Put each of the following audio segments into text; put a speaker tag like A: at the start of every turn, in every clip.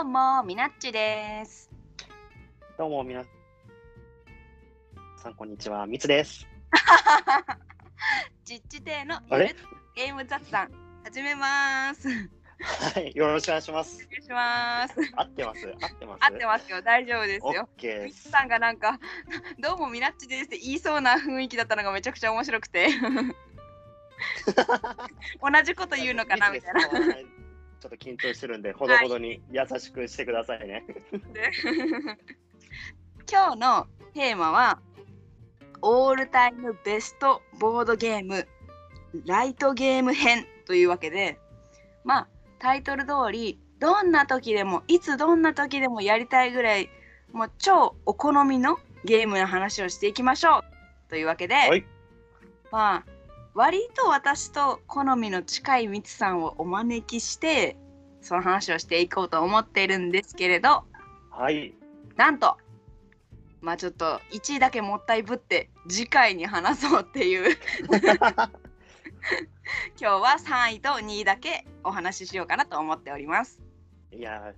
A: うもみなっちです。
B: どうも皆さんこんにちは、みつです。
A: 実地亭の
B: あ
A: ゆる
B: れ
A: っ、とゲーム雑談始めます。お願
B: はい、よろしくお願いします。
A: いします。
B: 合ってます、合ってます。
A: 合ってますよ。大丈夫です
B: オッ
A: よ。
B: ケー
A: み
B: で
A: っ
B: す。
A: さんがなんか どうもみなっちですって言いそうな雰囲気だったのがめちゃくちゃ面白く て同じこと言うのかなみたいな
B: つです。はいちょっと緊張してるんで、ほどほどに優しくしてくださいね。
A: 今日のテーマはオールタイムベストボードゲームライトゲーム編というわけでまあタイトル通りどんな時でもいつどんな時でもやりたいぐらいもう超お好みのゲームの話をしていきましょうというわけで、
B: はい
A: まあ割と私と好みの近いミツさんをお招きしてその話をしていこうと思っているんですけれど
B: はい、
A: なんとまあちょっと1位だけもったいぶって次回に話そうっていう 今日は3位と2位だけお話ししようかなと思っております。
B: いやー、
A: は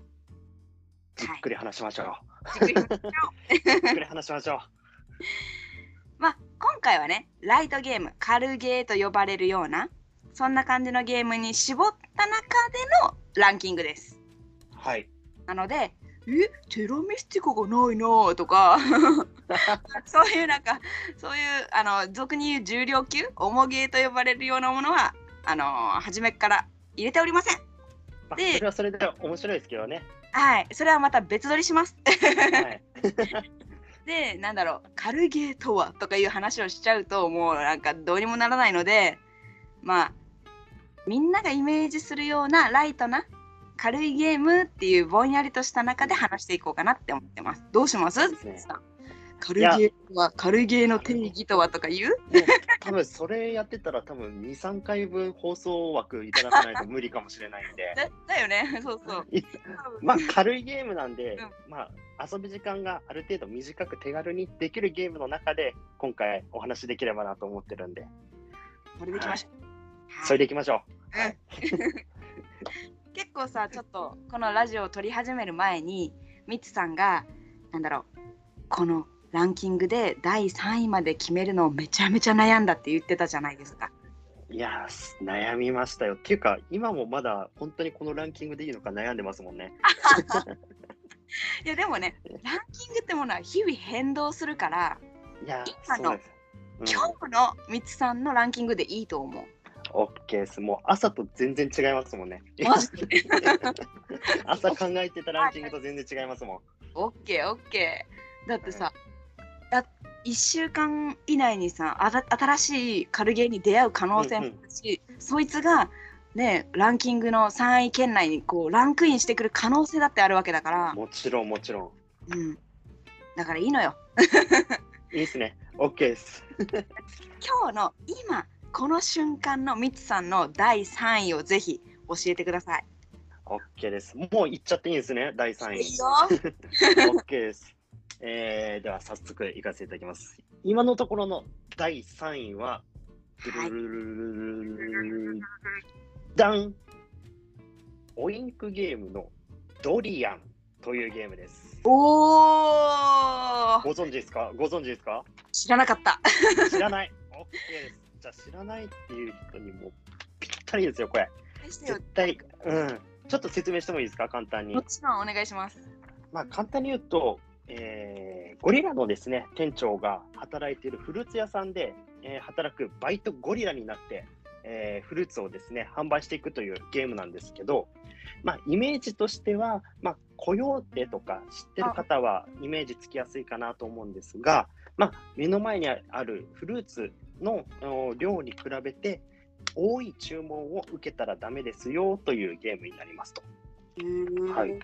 B: ゆっくり話しましょう。
A: い、
B: ゆっくり話しましょ
A: まあ今回はねライトゲーム軽ゲーと呼ばれるようなそんな感じのゲームに絞った中でのランキングです。
B: う。はい。
A: なので「えテラミスティコがないな」とか そういうなんかそういうあの俗に言う重量級重ゲーと呼ばれるようなものはあの初めから入れておりません。
B: まあ
A: で
B: それはそれで面白いです けどね。
A: はい、それはまた別撮りします。
B: はい。
A: で、なんだろう、軽ゲーとはとかいう話をしちゃうと、もうなんかどうにもならないので、まあ、みんながイメージするようなライトな軽いゲームっていうぼんやりとした中で話していこうかなって思ってます。どうします
B: ですね
A: さん軽いゲーとは、軽いゲーの定義とはとか言う
B: もう多分それやってたら多分2、3回分放送枠いただかないと無理かもしれないんで。
A: だだよね、そうそう。
B: いまあ軽いゲームなんで、
A: う
B: まあ遊ぶ時間がある程度短く手軽にできるゲームの中で今回お話できればなと思ってるんで、
A: これでいきましょう。はい
B: それでいきましょう。
A: うん結構さちょっとこのラジオを撮り始める前にミツさんがなんだろうこのランキングで第3位まで決めるのをめちゃめちゃ悩んだって言ってたじゃないですか。
B: いやーす悩みましたよ。っていうか今もまだ本当にこのランキングでいいのか悩んでますもんね。
A: いやでもねランキングってものは日々変動するから
B: いや
A: 今
B: ー
A: の
B: そうです。
A: 今日のミツさんのランキングでいいと思う。
B: うん、オッケーです。もう朝と全然違いますもんね。
A: マジ
B: 朝考えてたランキングと全然違いますもん。
A: オッケーオッケー。だってさ、だ1週間以内にさあた新しい軽ゲーに出会う可能性もあるし、そいつが、ね、ランキングの3位圏内にこうランクインしてくる可能性だってあるわけだから、
B: もちろんもちろ
A: うん、だからいいのよ。
B: ん。いいですね。オッケーです。
A: 今日の今この瞬間のミツさんの第3位をぜひ教えてください。
B: オッケーです。もう行っちゃっていいんですね。第3
A: い
B: 位。
A: いよ。
B: オッケーです。えー、では早速行かせていただきます。今のところの第3位は、
A: はい
B: ダンオインクゲームのドリアンというゲームです。
A: おー
B: ご存知ですかご存知ですか
A: 知らなかった。
B: 知らない。オッケーです。じゃあ知らないっていう人にもぴったりですよ、これ。絶対。うん。ちょっと説明してもいいですか簡単に
A: も。ちろんお願いします。
B: まあ、簡単に言うと、えーゴリラのですね店長が働いているフルーツ屋さんで、えー働くバイトゴリラになって、えーフルーツをですね販売していくというゲームなんですけど、まあ、イメージとしては、まあ、コヨーテとか知ってる方はイメージつきやすいかなと思うんですが、まあ、目の前にあるフルーツのお量に比べて多い注文を受けたらダメですよというゲームになりますと。はい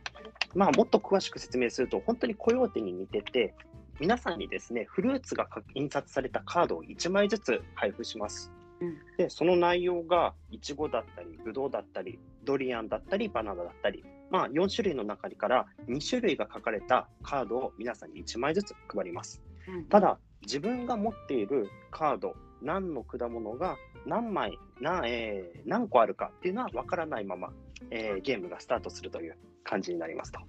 B: まあ、もっと詳しく説明すると、本当にコヨーテに似てて、皆さんにですね、フルーツがか印刷されたカードを1枚ずつ配布します。
A: うん
B: で、その内容が、イチゴだったり、ブドウだったり、ドリアンだったり、バナナだったり、まあ、4種類の中から2種類が書かれたカードを皆さんに1枚ずつ配ります。
A: うん
B: ただ自分が持っているカード何の果物が何枚何,、えー何個あるかっていうのは分からないまま、えーゲームがスタートするという感じになりますと。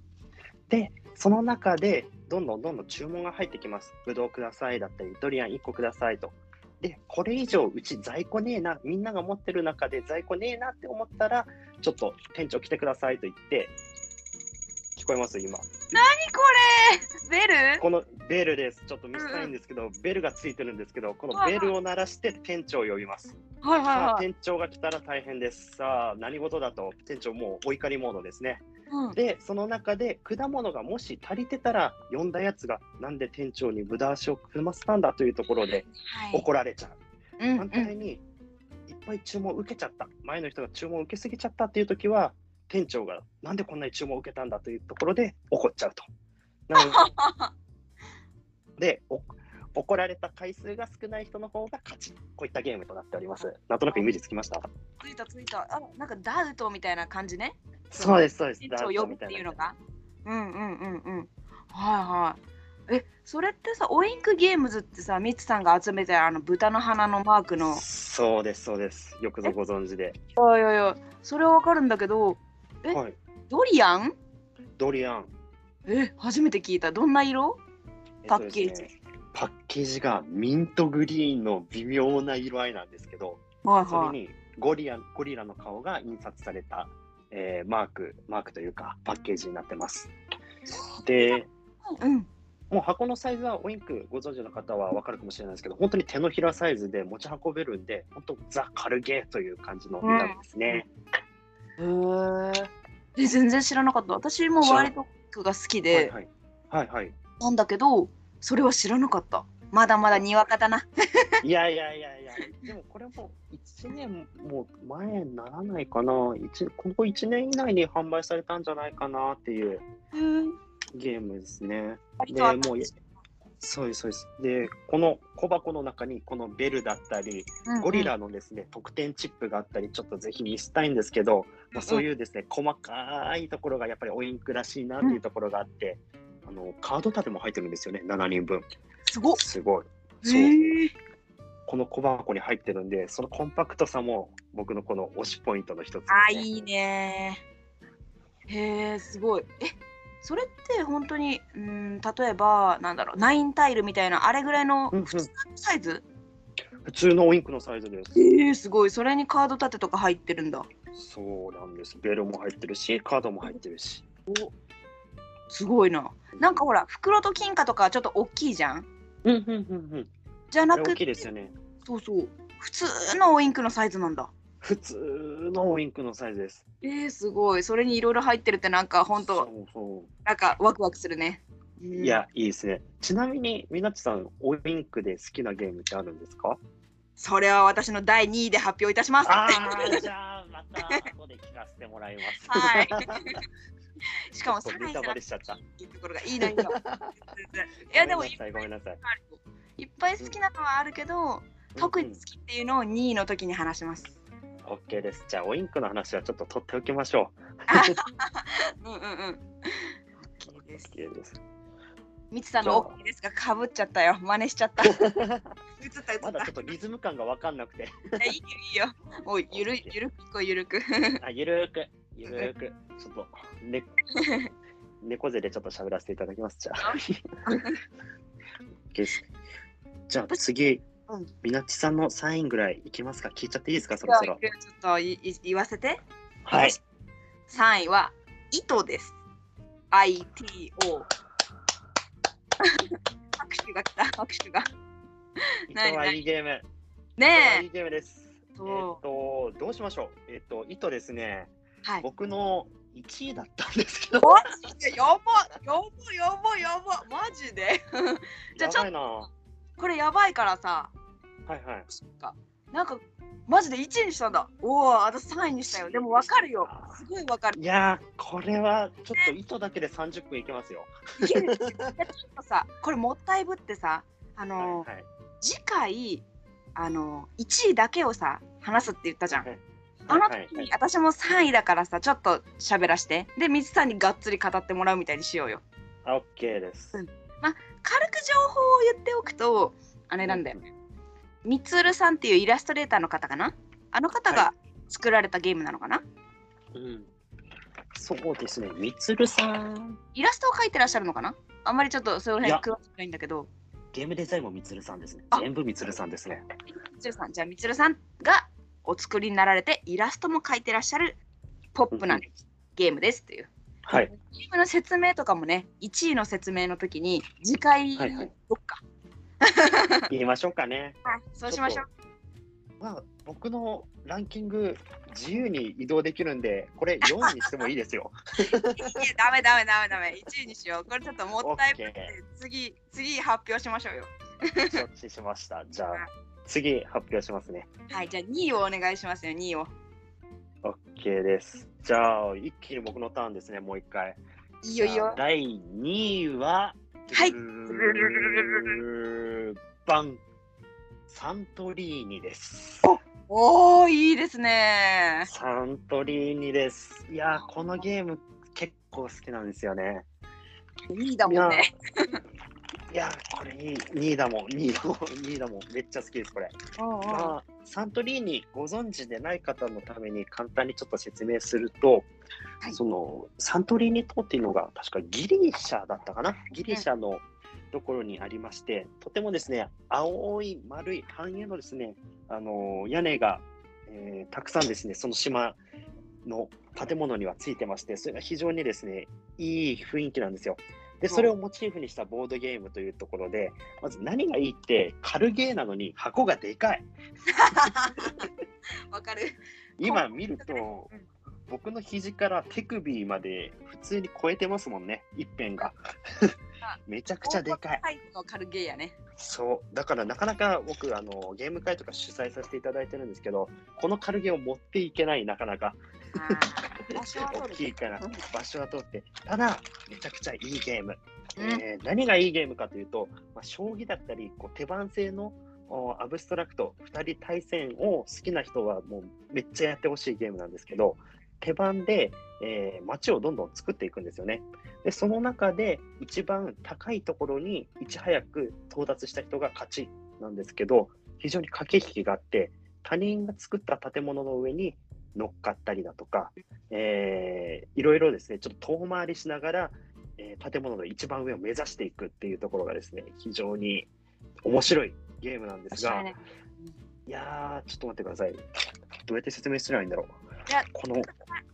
B: でその中でどんどんどんどん注文が入ってきます。ぶどうくださいだったりドリアン1個くださいと。でこれ以上うち在庫ねえなみんなが持ってる中で在庫ねえなって思ったらちょっと店長来てくださいと言って聞こえます今
A: これベル
B: このベルです。ちょっと見せたいんですけど、ベルがついてるんですけど、このベルを鳴らして店長を呼びます。
A: はいはい
B: さあ、
A: はい。
B: 店長が来たら大変です。さあ、何事だと店長もうお怒りモードですね。
A: うん、
B: で、その中で果物がもし足りてたら、呼んだやつがなんで店長に無駄足を組ませたんだというところで
A: はい
B: 怒られちゃう。
A: うんう
B: 反対
A: ん、
B: にいっぱい注文受けちゃった前の人が注文受けすぎちゃったっていう時は店長がなんでこんなに注文受けたんだというところで怒っちゃうと。なのででお怒られた回数が少ない人の方が勝ちこういったゲームとなっております。なんとなくイメージつきました
A: ついたついた。あなんかダウトみたいな感じね。
B: そうですそうです。
A: 店長呼ぶっていうのが。うんうんうんうん。はいはい。え、それってさ、オインクゲームズってさ、ミツさんが集めてあの豚の鼻のマークの。
B: そうですそうです。よくぞご存知で。
A: あいやいや、それはわかるんだけど、え
B: はい。
A: ドリアン
B: ドリアン。
A: え、初めて聞いた。どんな色
B: え
A: パッケージ
B: そうですねパッケージがミントグリーンの微妙な色合いなんですけど、
A: はい
B: そ
A: はい。
B: れにゴリラゴリラの顔が印刷された、えーマークマークというかパッケージになってます。で
A: うん。
B: もう箱のサイズはオインクご存知の方は分かるかもしれないですけど本当に手のひらサイズで持ち運べるんで本当ザ・軽ゲーという感じの値段ですね。
A: へえ。え、全然知らなかった。私もワイルドクが好きで。
B: はいはいはいはい、
A: なんだけど、それは知らなかった。まだまだにわかだな。
B: いやいやいやいや、でもこれも1年も前にならないかな、一ここ1年以内に販売されたんじゃないかなっていうゲームですね。
A: 割
B: で
A: と後
B: もう
A: です
B: そうですそうです。で、この小箱の中にこのベルだったり、
A: うんうん
B: ゴリラのですね、特典チップがあったり、ちょっとぜひ見せたいんですけど、まあ、そういうですね、細かいところがやっぱりオインクらしいなっていうところがあって、あのカード立ても入ってるんですよね、7人分。
A: すごっ。
B: すごい。そう
A: へえ
B: この小箱に入ってるんで、そのコンパクトさも僕のこの推しポイントの一つです、ね。
A: あ、いいね。へえ、すごい。え、それって本当に、うん、例えば、なんだろう、ナインタイルみたいな、あれぐらいの
B: うんうん
A: 普通のサイズ。
B: 普通のオインクのサイズです。
A: ええ、すごい。それにカード立てとか入ってるんだ。
B: そうなんです。ベルも入ってるし、カードも入ってるし。
A: すごいな。なんかほら、袋と金貨とか、ちょっと大きいじゃん。
B: うんうんうん
A: じゃ
B: う。
A: なんく
B: 大きい
A: て
B: ですよね。
A: そうそう。普通のオインクのサイズなんだ。
B: 普通のオインクのサイズです。
A: えー、すごい。それにいろいろ入ってるってなんか本当
B: そうそ
A: なんかワクワクするね。
B: う
A: い
B: いや、いいですね。ちなみに、みなっちさん、オインクで好きなゲームってあるんですか
A: それは私の第2位で発表いたします。は
B: あ、じゃあ、また後で聞かせてもらいます
A: い。しかも
B: ち
A: さ
B: ょっ
A: ら
B: とネ
A: にさら
B: タバ
A: に
B: レしちゃった。
A: っていうところがいいのい いの。いやでもいっぱい
B: ごめんなさい。
A: いっぱい好きなのはあるけど、特に好きっていうのを2位の時に話します。
B: オッケーです。じゃあ、オインクの話はちょっと取っておきましょ
A: う
B: う。
A: んうんうん。OK です。
B: OK です。
A: みつさんの OK ですがかぶっちゃった よ。真似しちゃった。映った映った。
B: まだちょっとリズム感が分かんなくて。
A: いやいいよいいよ。もうゆるゆるくこうゆるく。
B: あ、ゆるーく、ゆるーく、ちょっと、 ね、猫背でちょっと喋らせていただきます。じゃあ。ですじゃあ次
A: うん、
B: みなっちさんのサインぐらいいきますか聞いちゃっていいですかそ
A: じ
B: ろ
A: ゃ
B: そ
A: あ
B: ろ。
A: ちょっといい言わせて。
B: はい。
A: 3位は糸です。ITO。拍手が来た、拍手が。
B: 糸
A: ない
B: はいいゲーム。糸はい
A: ねえ。
B: いゲームです。えっ
A: そう
B: と、どうしましょうえっと、糸ですね、
A: はい。
B: 僕の1位だったんですけど。
A: マジでやばやばやばやばマジで じゃあちょっと
B: やばいな。は
A: これやばいからさ
B: いはい。
A: そっかなんかマジで1位にしたんだおお私3位にしたよでもわかるよすごいわかる
B: いやー、これはちょっと糸だけで30分いけますよ。
A: いけるちょっとさこれもったいぶってさあのー
B: はいはい。
A: 次回あの1位だけをさ話すって言ったじゃん。
B: はい
A: あの
B: はいはい
A: 時
B: はい
A: に私も3位だからさちょっと喋らしてで水さんにがっつり語ってもらうみたいにしようよ。
B: オッケーです。
A: 軽く情報を言っておくとあれなんだよね。みつるさんっていうイラストレーターの方かなあの方が
B: は
A: 作られたゲームなのかな、
B: うん、そうですね、みつるさん、
A: イラストを描いてらっしゃるのかなあんまりちょっとその
B: い
A: 辺
B: や
A: 詳しくないんだけど
B: ゲームデザインもみつるさんですね
A: あ。
B: 全部みつるさんですね。
A: みつるさんじゃあみつるさんがお作りになられてイラストも描いてらっしゃるポップな
B: うん
A: ゲームですっていう
B: はい、
A: ゲームの説明とかもね1位の説明の時に次回に
B: はいはい
A: どっか、
B: 言いましょうかね。
A: はいそうしましょう
B: まあ、僕のランキング、自由に移動できるんで、これ4位にしてもいいですよ。
A: いやダメダメダメダメ1位にしようこれちょっと もったいぶって
B: オッケ
A: 次次発表しましょうよ
B: 承知しました。じゃあ、次発表しますね。
A: はいじゃあ2位をお願いしますよ2位を
B: OK です。じゃあ、一気に僕のターンですね、もう一回。
A: いいよいい
B: じゃ
A: よ
B: あ第2位は、
A: はい
B: バン、サントリーニです。
A: おおいいですね
B: サントリーニです。いやー、このゲーム結構好きなんですよね。
A: 2位だもんね
B: いやー、これ2位二位だもん、2位だもん、2位だもん、めっちゃ好きです、これ。
A: うんうん
B: まあ、サントリーニご存知でない方のために簡単にちょっと説明すると、
A: はい
B: そのサントリーニ島っていうのが確かギリシャだったかなギリシャのところにありまして、とてもですね青い丸い半円のですねあのー屋根が、えーたくさんですねその島の建物にはついてましてそれが非常にですねいい雰囲気なんですよ。でそれをモチーフにしたボードゲームというところでまず何がいいって軽ゲーなのに箱がでかい。
A: わかる
B: 今見ると
A: うん
B: 僕の肘から手首まで普通に超えてますもんね一辺が めちゃくちゃでかい
A: タイプのカルゲーやね
B: そうだからなかなか僕あのゲーム会とか主催させていただいてるんですけどこの軽ゲを持っていけないなかなか
A: 場所は
B: 大
A: 取
B: き
A: る
B: いから
A: うん
B: 場所は取ってただめちゃくちゃいいゲーム、
A: うん
B: えー何がいいゲームかというと、まあ、将棋だったりこう手番制のおアブストラクト2人対戦を好きな人はもうめっちゃやってほしいゲームなんですけど手番で、えー街をどんどん作っていくんですよねでその中で一番高いところにいち早く到達した人が勝ちなんですけど非常に駆け引きがあって他人が作った建物の上に乗っかったりだとか、えーいろいろですねちょっと遠回りしながら、えー建物の一番上を目指していくっていうところがですね非常に面白いゲームなんです
A: 確か
B: が、
A: にね
B: いやーちょっと待ってくださいどうやって説明すればいいんだろう
A: いや
B: この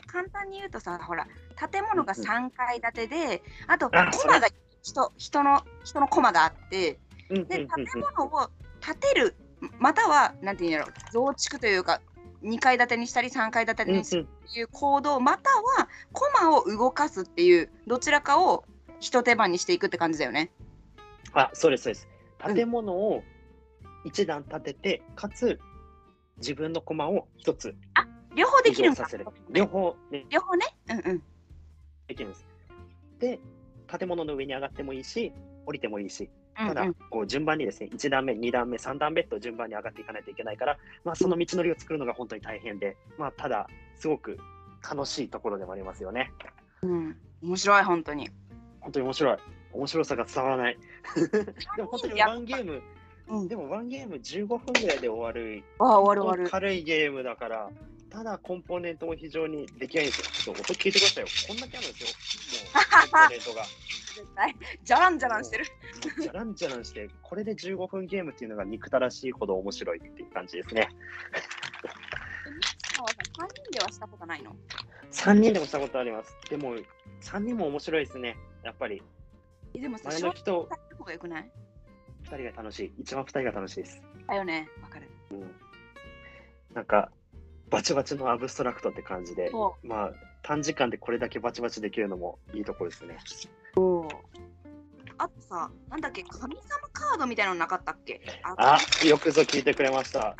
A: 簡単に言うとさほら建物が3階建てであとコ
B: あそれ
A: マが人人の人のコマがあって
B: うんうんうん
A: で建
B: うん
A: 物を建てるまたはなんていうんやろ増築というか2階建てにしたり3階建て
B: うんう
A: にする
B: ん
A: っていう行動またはコマを動かすっていうどちらかを一手番にしていくって感じだよね。
B: あそうですそうです
A: うん
B: 建物を一段立てて、かつ自分の駒を一つ
A: 両方できるん
B: さ
A: か
B: せる両方ね
A: 両方ね。うんうん。
B: できるんです。で、建物の上に上がってもいいし、降りてもいいし、
A: うんう
B: た
A: ん
B: だ、こう順番にですね、1段目、2段目、3段目と順番に上がっていかないといけないから、まあ、その道のりを作るのが本当に大変で、まあ、ただ、すごく楽しいところでもありますよね。
A: 面白い本当に。
B: 本当に面白い。面白さが伝わらない。でも本当にワンゲーム、
A: うん。
B: でもワンゲーム15分ぐらいで終わる、
A: ああ終わる終わる。
B: 軽いゲームだから、ただコンポーネントも非常に出来がいいんですよ。ちょっと音聞いてくださいよ。こんだけある んですよ。もうコンポーネントが。
A: じゃらんじゃらんしてる。
B: じゃらんじゃらんして、これで15分ゲームっていうのが憎たらしいほど面白いっていう感じですね。
A: 三人ではしたことないの。
B: 3人でもしたことあります。でも、3人も面白いですね。やっぱり、
A: えでもさ、
B: 前
A: 正
B: の
A: 直
B: 人と
A: やった方が良くない？
B: 2人が楽しい。一番2人が楽しいです。
A: だよね。わかる。
B: なんか、バチバチのアブストラクトって感じで、
A: そ
B: まあ、短時間でこれだけバチバチできるのもいいところですね。
A: あとさ、なんだっけ神様カードみたいなのなかったっけ？
B: あ、よくぞ聞いてくれました。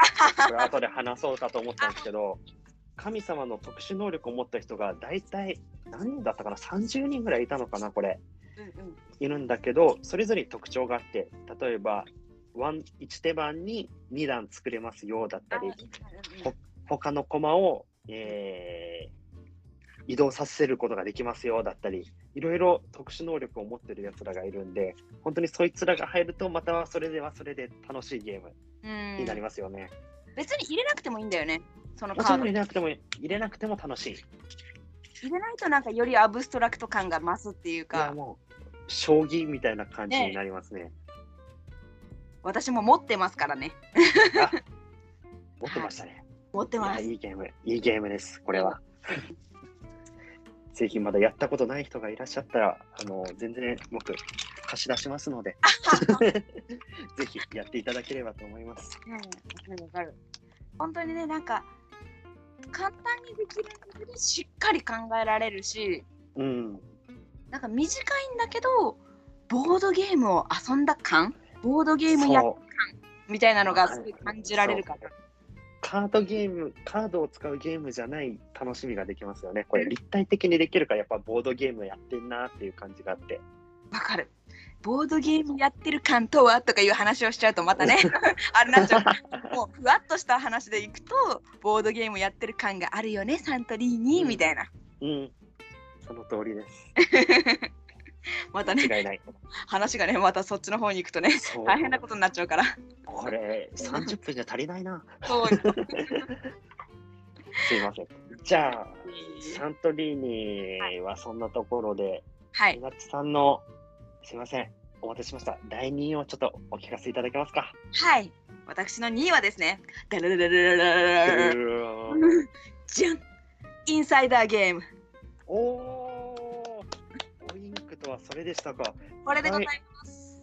B: これ後で話そうかと思ったんですけど、神様の特殊能力を持った人が大体何人だったかな ?30 人ぐらいいたのかなこれ。
A: うんうん。
B: いるんだけど、それぞれに特徴があって、例えば、ワン1手番に2段作れますよだったり、他の駒を、えー移動させることができますよだったり、いろいろ特殊能力を持ってるやつらがいるんで、本当にそいつらが入ると、またはそれではそれで楽しいゲーム
A: うん
B: になりますよね。
A: 別に入れなくてもいいんだよねその
B: も
A: カ
B: ちろ
A: ー
B: ん
A: ド
B: 入れなくてもいい入れなくても楽しい。い
A: 入れないとなんかよりアブストラクト感が増すっていう
B: や
A: か
B: もう将棋みたいな感じになりますね。
A: 私も持ってますからね
B: 持ってましたね。
A: 持ってま
B: い
A: す
B: やいいゲームいいゲームですこれは。 ぜひまだやったことない人がいらっしゃったらあの全然僕貸し出しますので ぜひやっていただければと思います。
A: うんわかるわかる本当にねなんか簡単にできるのでしっかり考えられるし
B: うん。
A: なんか短いんだけどボードゲームを遊んだ感ボードゲームや
B: そう
A: みたいなのがすごい感じられるから
B: そうカードゲームカードを使うゲームじゃない楽しみができますよねこれ立体的にできるからやっぱボードゲームやってんなっていう感じがあって
A: わかるボードゲームやってる感とはとかいう話をしちゃうとまたねあれなんちゃうもうふわっとした話でいくとボードゲームやってる感があるよねサントリーに、
B: うん
A: みたいな
B: うんその通りです
A: またね
B: 間違いない
A: 話がねまたそっちの方に行くとね
B: そう
A: 大変なことになっちゃうから
B: これ30分じゃ足りないな
A: そう
B: すいませんじゃあサントリーニはそんなところで
A: は
B: み
A: い
B: なっちさんのすいませんお待たせしました第2位をちょっとお聞かせいただけますか
A: はい私の2位はですねダララララ
B: う
A: ラララ
B: ー ん
A: じゃんインサイダーゲーム
B: おおーオインクとはそれでしたか
A: これでございます、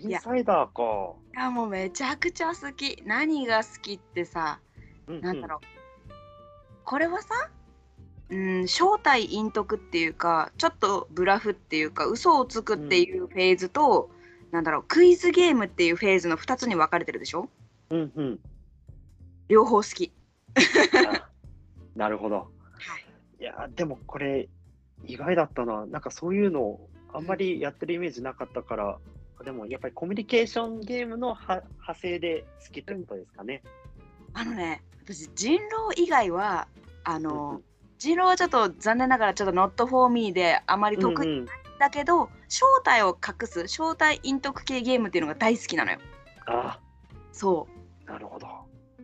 B: インサイダーか。
A: い、やもうめちゃくちゃ好き何が好きってさ
B: うん
A: なんだろう、これはさうん正体隠匿っていうかちょっとブラフっていうか嘘をつくっていうフェーズと、なんだろうクイズゲームっていうフェーズの2つに分かれてるでしょ
B: うん。うん うん。
A: 両方好き
B: あなるほど。いやーでもこれ意外だったな。なんかそういうのをあんまりやってるイメージなかったから。でもやっぱりコミュニケーションゲームのは派生で好きってことですかね。
A: あのね私人狼以外はあ
B: うんう
A: の
B: ん、
A: 人狼はちょっと残念ながらちょっと not for me であまり得
B: う
A: 意
B: んうん
A: だけど、正体を隠す正体隠匿系ゲームっていうのが大好きなのよ
B: あ
A: そ
B: ーなるほど。
A: う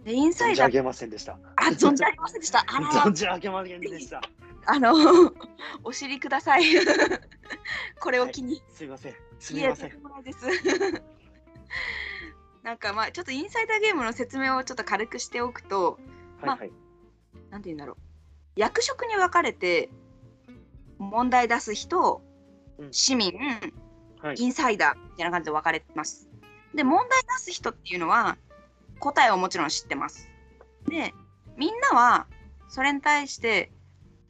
A: でインサ
B: 存
A: イ
B: じ
A: ダ
B: 上
A: ー
B: げませんでした。
A: あ存じ上げませんでしたあらら
B: 存じ上げませんでした。
A: あの お尻ください。 これを機に。
B: すいません。す
A: い
B: み
A: え
B: ません
A: と。んでもないです。 なんかまあちょっとインサイダーゲームの説明をちょっと軽くしておくと、ま
B: はいはい。
A: なんて言うんだろう。役職に分かれて問題出す人
B: う、ん
A: 市民、
B: はい。
A: インサイダーみたいな感じで分かれてます。で問題出す人っていうのは答えをもちろん知ってます。でみんなはそれに対して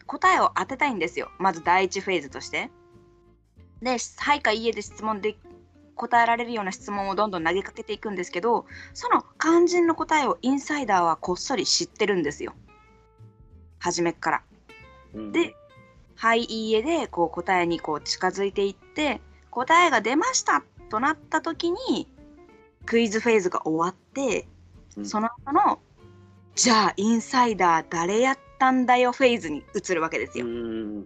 A: 答えを当てたいんですよまず第一フェーズとして。で「はい」か「いいえ」で質問で答えられるような質問をどんどん投げかけていくんですけどその肝心の答えをインサイダーはこっそり知ってるんですよ初めっから。
B: うん
A: で、はい、いいえでこう答えにこう近づいていって答えが出ましたとなった時にクイズフェーズが終わって
B: うん
A: その後の「じゃあインサイダー誰やったんだよ」フェーズに移るわけです
B: う
A: よ。
B: ん。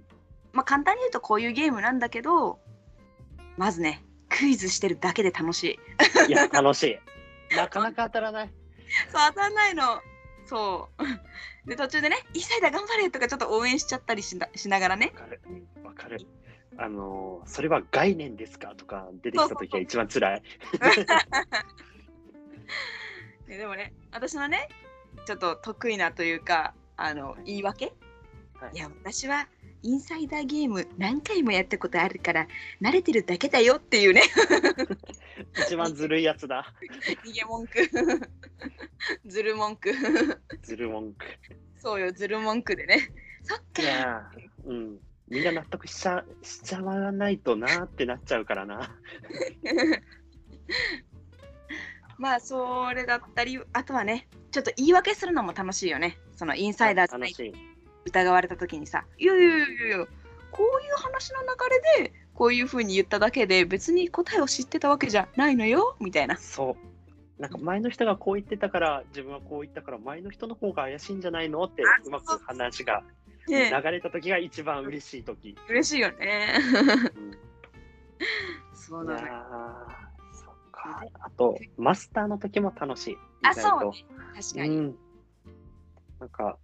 A: まあ簡単に言うとこういうゲームなんだけどまずねクイズしてるだけで楽しい。
B: いや楽しい。 なかなか当たらない。
A: そう当たんないのそうで 途中でね「インサイダー頑張れ!」とかちょっと応援しちゃったりしなしながらね
B: わかる。わかる。あのーそれは概念ですかとか出てきた時が一番辛い。
A: ね、でもね私のねちょっと得意なというかあの
B: はい
A: 言い訳、
B: はい
A: い、や私はインサイダーゲーム何回もやったことあるから慣れてるだけだよっていう ね
B: 一番ずるいやつだ。
A: 逃げ文句 ずる文句
B: ずる文句。
A: そうよずる文句でねそっ
B: い
A: か
B: やー、うん。みんな納得しちゃしちゃわないとなーってなっちゃうからな。
A: まあそれだったりあとはねちょっと言い訳するのも楽しいよねそのインサイダーじゃな
B: 楽
A: い
B: しい。
A: 疑われた時にさ「いやいやいやいやこういう話の流れでこういうふうに言っただけで別に答えを知ってたわけじゃないのよ」みたいな
B: そう。なんか前の人がこう言ってたから自分はこう言ったから前の人の方が怪しいんじゃないのって
A: あ
B: うまく話が流
A: ね
B: れた時が一番嬉しい時。
A: 嬉しいよね。
B: うん
A: そう
B: い
A: だ
B: やー
A: ね
B: そっか
A: ので
B: あと、マスターの時も楽しい。
A: あ
B: 意外
A: そう
B: と
A: ね確かに、
B: うん、なんか、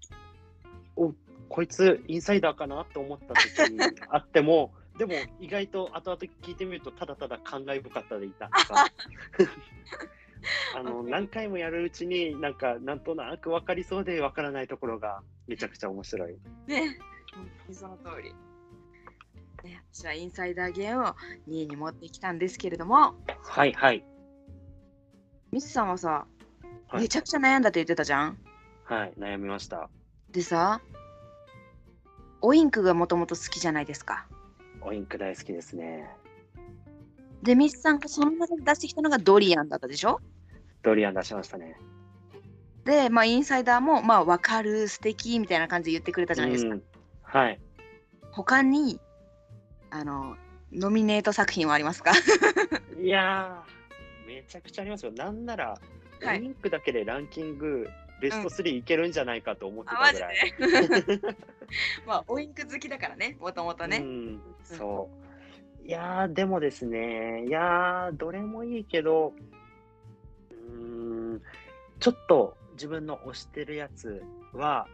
B: おこいつインサイダーかなと思った時にあっ ても、でも意外と後々聞いてみると、ただただ感慨深かったでいたと か。あの何回もやるうちになんかなんとなく分かりそうで分からないところがめちゃくちゃ面白い。
A: ね本当にその通り、ね、私はインサイダーゲームを2位に持ってきたんですけれども
B: はいはい。
A: ミスさんはさ
B: はい
A: めちゃくちゃ悩んだって言ってたじゃん
B: はい、悩みました。
A: でさおインクがもともと好きじゃないですか
B: おインク大好きですね。
A: でミスさんがその中で出してきたのがドリアンだったでしょ
B: ドリアン出しましたね。
A: で、まあ、インサイダーも、まあ、わかる、素敵みたいな感じで言ってくれたじゃないですか。
B: うんはい。
A: 他に、あの、ノミネート作品はありますか
B: いやー、めちゃくちゃありますよ。なんなら、
A: はい
B: リンクだけでランキングベスト3いけるんじゃないかと思って
A: あ、
B: た
A: マジで
B: ぐらい。
A: まあ、オインク好きだからね、もともと
B: う
A: ね。
B: ん、そう。いやー、でもですね、いやー、どれもいいけど、うーん、ちょっと自分の推してるやつは、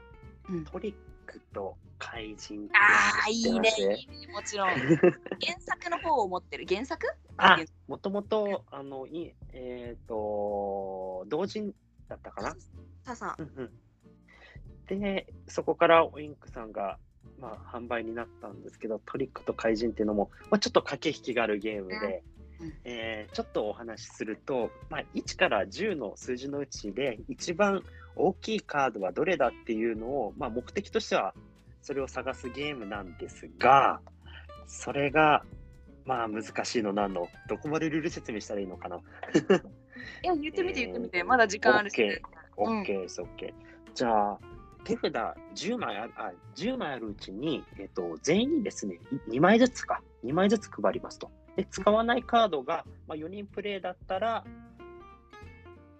A: うん
B: トリックと怪人って
A: ああ、い
B: 知
A: い
B: って
A: ね
B: ます、
A: いいねもちろん。原作の方を持ってる。原作
B: あ、もともと、あの、いえっ、と、同人だったかな。
A: さあさあ、
B: うんうんで、そこからオインクさんが、まあ、販売になったんですけど、トリックと怪人っていうのも、まあ、ちょっと駆け引きがあるゲームで、
A: うんうん
B: えーちょっとお話しすると、まあ、1から10の数字のうちで、一番大きいカードはどれだっていうのを、まあ、目的としては、それを探すゲームなんですが、それが、まあ難しいのなんの、どこまでルール説明したらいいのかな。
A: いや、言ってみて、言ってみ
B: え
A: て、
B: ー
A: まだ時間あるし、ね。
B: オッケーです、オッケー。じゃあ、手札10枚あるあ10枚あるうちに、えっと全員にですね、2枚ずつか、2枚ずつ配りますと。で、使わないカードが、まあ、4人プレイだったら、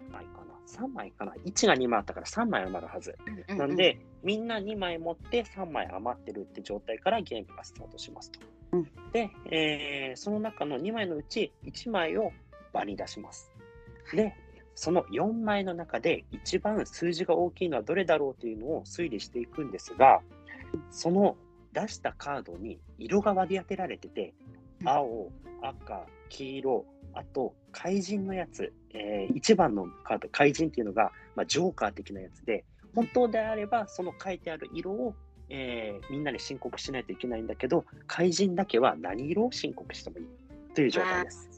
B: 何枚かな、3枚かな、1が2枚あったから3枚余るはず。
A: う
B: なん、で、みんな2枚持って3枚余ってるって状態からゲームがスタートしますと。
A: うん
B: で、えーその中の2枚のうち1枚を場に出します。で、その4枚の中で一番数字が大きいのはどれだろうというのを推理していくんですが、その出したカードに色が割り当てられてて、
A: うん
B: 青、赤、黄色、あと怪人のやつ、え1番のカード、怪人っていうのが、まあ、ジョーカー的なやつで、本当であればその書いてある色を、えーみんなに申告しないといけないんだけど怪人だけは何色を申告してもいいという状態です。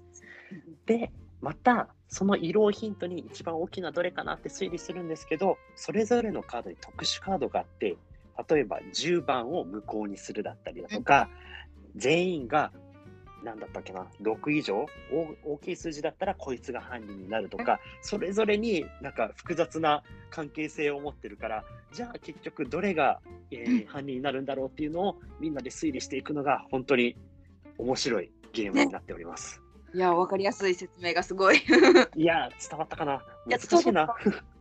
B: でまたその色をヒントに一番大きなどれかなって推理するんですけどそれぞれのカードに特殊カードがあって例えば10番を無効にするだったりだとか、全員が何だったっけな6以上お大きい数字だったらこいつが犯人になるとか、それぞれになんか複雑な関係性を持ってるからじゃあ結局どれが、えー
A: うん
B: 犯人になるんだろうっていうのをみんなで推理していくのが本当に面白いゲームになっております。
A: いや、わかりやすい説明がすごい。い
B: いやー、伝わったかな。
A: や
B: 難しいな。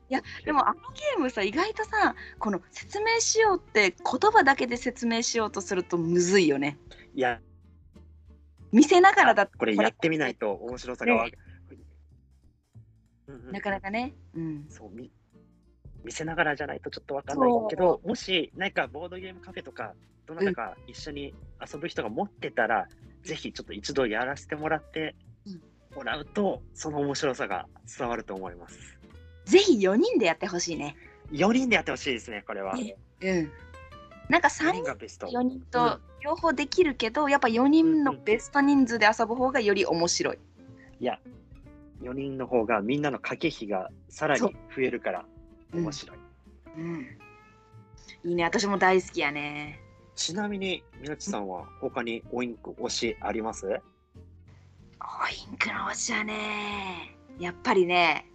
A: や、でもあのゲームさ、意外とさ、この説明しようって、言葉だけで説明しようとするとむずいよね。
B: いや、
A: 見せながらだ
B: これやってみないと面白さがわ。
A: ね
B: うんうん
A: なかなかね、うん、
B: そうみ見せながらじゃないとちょっとわかんないけど、もしなんかボードゲームカフェとかどなたか一緒に遊ぶ人が持ってたら、ぜひちょっと一度やらせてもらって
A: うん
B: もらうと、その面白さが伝わると思います。
A: ぜひ4人でやってほしいね。
B: 4人でやってほしいですね、これは。
A: ねうん、なんか3
B: 4人
A: 人
B: がベスト。
A: 4人
B: う
A: と
B: ん
A: 両方できるけど、やっぱ4人のベスト人数で遊ぶ方がより面白い。
B: いや、4人の方がみんなの駆け引きがさらに
A: そう
B: 増えるから
A: うん
B: 面白い。
A: うんいいね、私も大好きやね。
B: ちなみに、みなちさんは他にオインク推しあります
A: オインクの推しはね、やっぱりね、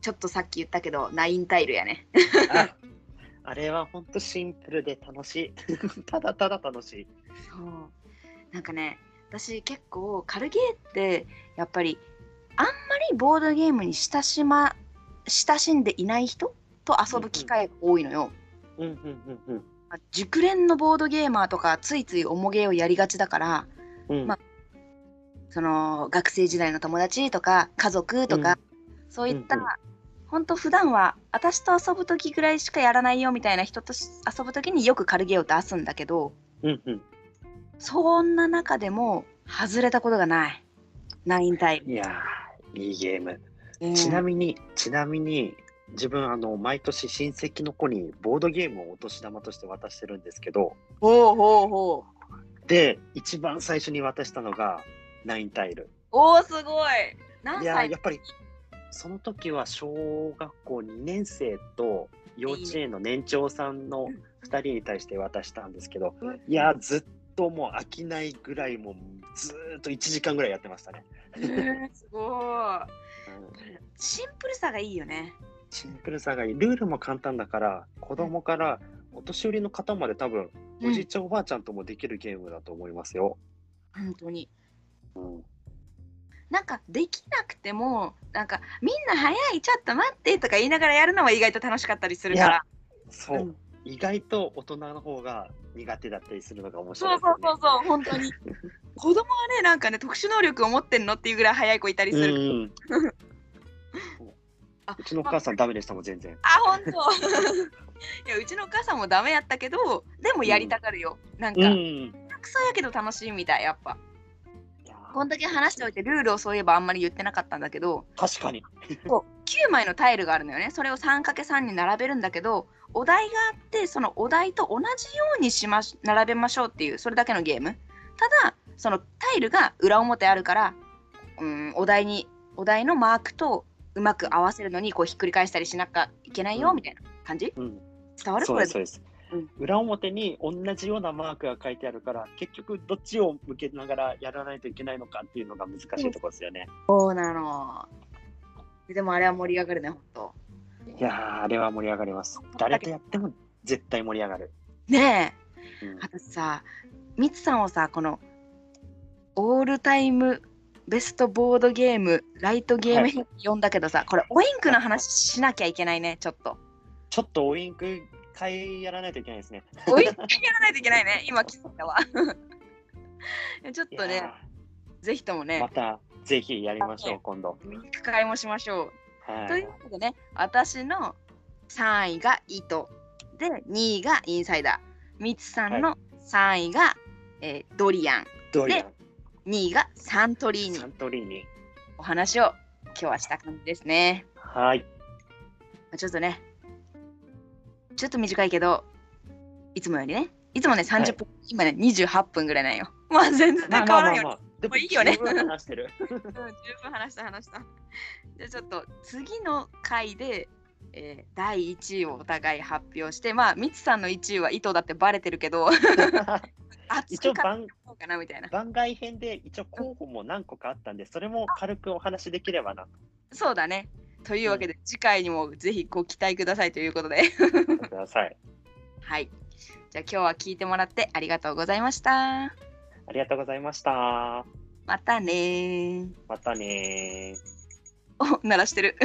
A: ちょっとさっき言ったけど、ナインタイルやね。
B: あ あれは本当シンプルで楽しい。 ただただ楽しい。
A: そうなんかね私結構カルゲーってやっぱりあんまりボードゲームに親し,、ま、親しんでいない人と遊ぶ機会が多いのよ。
B: うんうんうん
A: まあ熟練のボードゲーマーとかついつい重げをやりがちだから
B: うん。うん
A: まあその学生時代の友達とか家族とか、そういった、
B: うんうん
A: 本当普段は私と遊ぶ時ぐらいしかやらないよみたいな人とし遊ぶ時によく軽ゲを出すんだけど
B: うんうん。
A: そんな中でも外れたことがない。ナインタイム。
B: いやー、いいゲーム。ちな
A: に、
B: みに、ちなみに、自分、あの、毎年親戚の子にボードゲームをお年玉として渡してるんですけど、
A: ほうほうほう。
B: で、一番最初に渡したのが、ナインタイル。
A: おおすごい。何
B: いやー
A: 歳
B: やっぱり、その時は小学校2年生と幼稚園の年長さんの2人に対して渡したんですけど、いやーずっともう飽きないぐらい、もうずーっと1時間ぐらいやってましたね。
A: えーすごい。
B: うん
A: シンプルさがいいよね。
B: シンプルさがいい。ルールも簡単だから、子供からお年寄りの方まで多分、おじいちゃん、おばあちゃんともできるゲームだと思いますよ。
A: うん本当に。
B: うん、
A: なんかできなくてもなんかみんな早いちょっと待ってとか言いながらやるのは意外と楽しかったりするから。
B: そう、
A: うん
B: 意外と大人の方が苦手だったりするのが面
A: そ
B: 白いうですよ
A: そう
B: ね。
A: そうそう本 当に。子供はねなんかね特殊能力を持ってんのっていうぐらい早い子いたりする。
B: うんうん
A: あ
B: うちのお母さんダメでしたもん全然。
A: あ本当。 いやうちのお母さんもダメやったけどでもやりたがるよ。なんか、
B: うん。
A: くそやけど楽しいみたいやっぱ。
B: いや
A: こんだけ話しておいてルールをそういえばあんまり言ってなかったんだけど。
B: 確かに。
A: こう9枚のタイルがあるのよねそれを 3×3 に並べるんだけどお題があってそのお題と同じようにしまし並べましょうっていうそれだけのゲームただそのタイルが裏表あるからうんお題にお題のマークとうまく合わせるのにこうひっくり返したりしなきゃいけないよ
B: うん
A: みたいな感じ
B: うん、
A: 伝わる
B: そ
A: こ
B: う
A: れ
B: ですそうです。
A: うん
B: 裏表に同じようなマークが書いてあるから結局どっちを向けながらやらないといけないのかっていうのが難しいところですよね。
A: そうなのでもあれは盛り上がるねほんと
B: いやーあれは盛り上がります。誰とやっても絶対盛り上がる。
A: ねえ
B: うん
A: あとさ、ミツさんをさ、このオールタイムベストボードゲーム、ライトゲーム編呼んだけどさ、これ、オインクの話しなきゃいけないね、ちょっと。
B: ちょっとオインク会やらないといけないですね。
A: オインクやらないといけない ね、今気づいたわ。 いやちょっと
B: い
A: ね、
B: や
A: ぜひとも
B: ーま
A: ね、
B: たぜひやりましょ
A: は
B: う今度。
A: オインク会もしましょう。と。
B: はいいう
A: ことでね、私の3位が糸、で、2位がインサイダー、ミツさんの3位が、えードリアン、
B: ドリアン
A: 2位がサントリーニ
B: サ。ントリーニ。
A: お話を今日はした感じですね。
B: はい。
A: まあちょっとね、ちょっと短いけど、いつもよりね、いつもね
B: い
A: 30分、今ね28分ぐらいなんよ。 まあ全然変わらんよ。
B: まあまあまあで
A: もういいよね
B: 十分話してる。
A: うん十分話した話した。 じゃあちょっと次の回で、えー第1位をお互い発表して、まあミツさんの1位は糸だってバレてるけど、熱
B: 一応
A: くか
B: 番
A: そうかなみたいな。
B: 番外編で一応候補も何個かあったんで、それも軽くお話しできればな。
A: そうだね。というわけで、次回にもぜひご期待くださいということで。
B: ください。
A: はい。じゃあ今日は聞いてもらってありがとうございました。
B: ありがとうございました。
A: またねー。
B: またねー。
A: お、鳴らしてる。